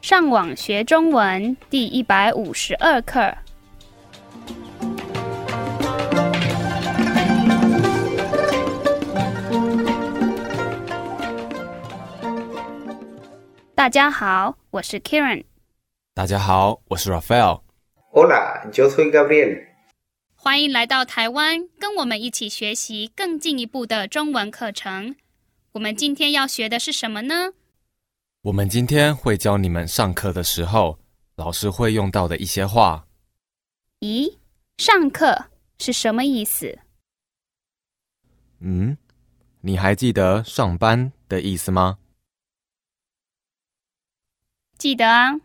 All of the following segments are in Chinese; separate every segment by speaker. Speaker 1: 上网学中文第一百五十二课。大家好，我是 Karen。
Speaker 2: 大家好，我是 Raphael。
Speaker 3: Hola, yo soy Gabriel.
Speaker 1: 欢迎来到台湾，跟我们一起学习更进一步的中文课程。我们今天要学的是什么呢？
Speaker 2: 我们今天会教你们上课的时候，老师会用到的一些话。
Speaker 1: 咦，上课是什么意思？
Speaker 2: 嗯，你还记得“上班”的意思吗？
Speaker 1: 记得啊，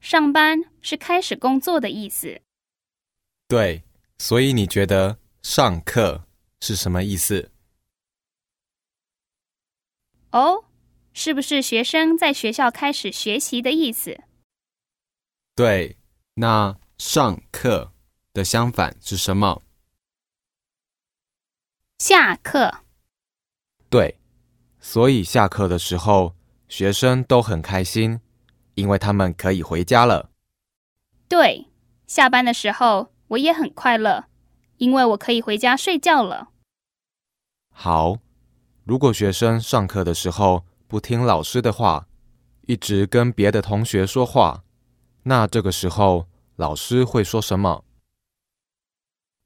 Speaker 1: 上班是开始工作的意思。
Speaker 2: 对，所以你觉得“上课”是什么意思？
Speaker 1: 哦，是不是学生在学校开始学习的意思？
Speaker 2: 对，那“上课”的相反是什么？
Speaker 1: 下课。
Speaker 2: 对，所以下课的时候，学生都很开心，因为他们可以回家了。
Speaker 1: 对，下班的时候我也很快乐，因为我可以回家睡觉了。
Speaker 2: 好，如果学生上课的时候不听老师的话，一直跟别的同学说话，那这个时候老师会说什么？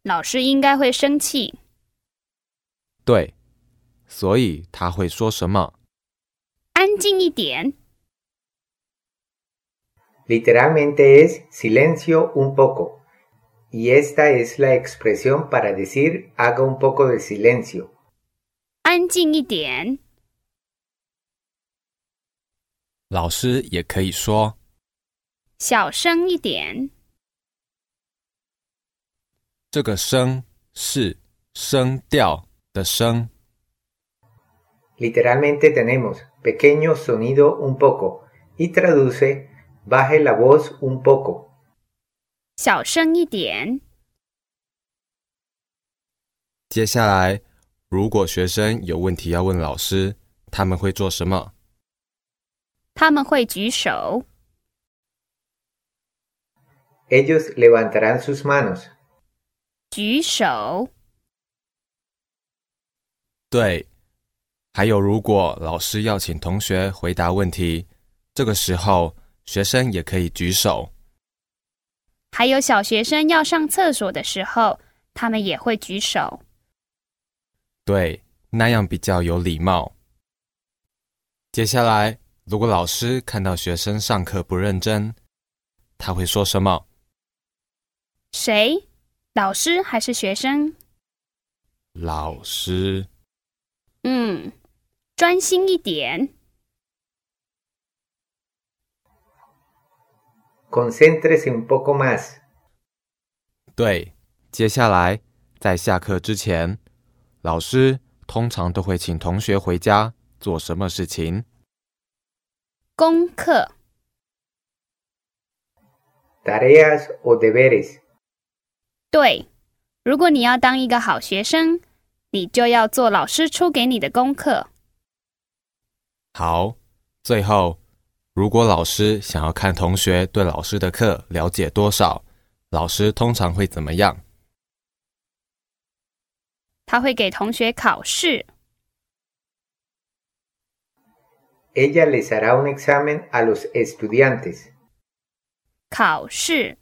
Speaker 1: 老师应该会生气。
Speaker 2: 对，所以他会说什么？
Speaker 1: 安静一点。
Speaker 3: Literalmente es silencio un poco. Y esta es la expresión para decir haga un poco de silencio.
Speaker 1: 安静一点。
Speaker 2: 老师也可以说
Speaker 1: 小声一点。
Speaker 2: 这个声是声调的声。
Speaker 3: Literalmente tenemos pequeño sonido un poco y traduce baje la voz un poco.
Speaker 1: 小声一点。
Speaker 2: 接下来，如果学生有问题要问老师，他们会做什么？
Speaker 1: 他们会举手。
Speaker 3: Ellos levantarán sus manos.
Speaker 1: 举手。
Speaker 2: 对，还有，如果老师要请同学回答问题，这个时候学生也可以举手。
Speaker 1: 还有小学生要上厕所的时候，他们也会举手。
Speaker 2: 对，那样比较有礼貌。接下来，如果老师看到学生上课不认真，他会说什么？
Speaker 1: 谁？老师还是学生？
Speaker 2: 老师，
Speaker 1: 嗯，专心一点。
Speaker 3: Concéntrese un poco más.
Speaker 2: 对。接下来，在下课之前，老师通常都会请同学回家做什么事情？
Speaker 1: 功课、
Speaker 3: Tareas o deberes.
Speaker 1: 对，如果你要当一个好学生，你就要做老师出给你的功课。
Speaker 2: 好，最后，如果老师想要看同学对老师的课了解多少，老师通常会怎么样？
Speaker 1: 他会给同学考试，
Speaker 3: Ella les hará un examen a los estudiantes.
Speaker 1: 考试。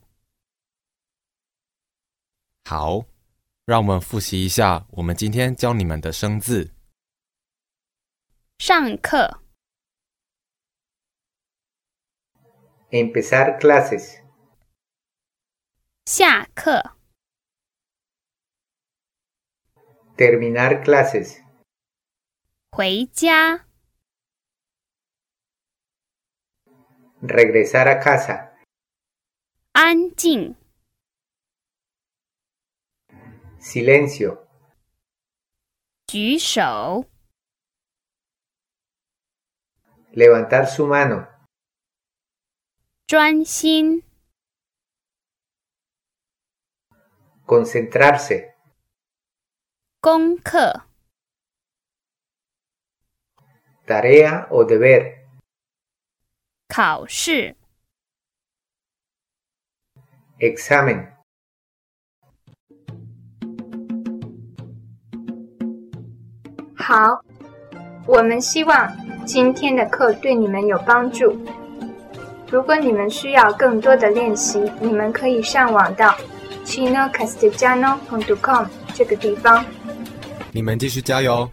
Speaker 2: 好，让我们复习一下我们今天教你们的生字：
Speaker 1: 上课、
Speaker 3: Empezar clases.
Speaker 1: 下课、
Speaker 3: Terminar clases.
Speaker 1: 回家、
Speaker 3: Regresar a casa.
Speaker 1: 安静、
Speaker 3: Silencio.
Speaker 1: 举手、
Speaker 3: Levantar su mano.
Speaker 1: 专心、
Speaker 3: Concentrarse.
Speaker 1: 功课、
Speaker 3: Tarea o deber.
Speaker 1: 考试、
Speaker 3: Examen.
Speaker 4: 好，我们希望今天的课对你们有帮助。如果你们需要更多的练习，你们可以上网到 chinocastellano.com 这个地方。
Speaker 2: 你们继续加油！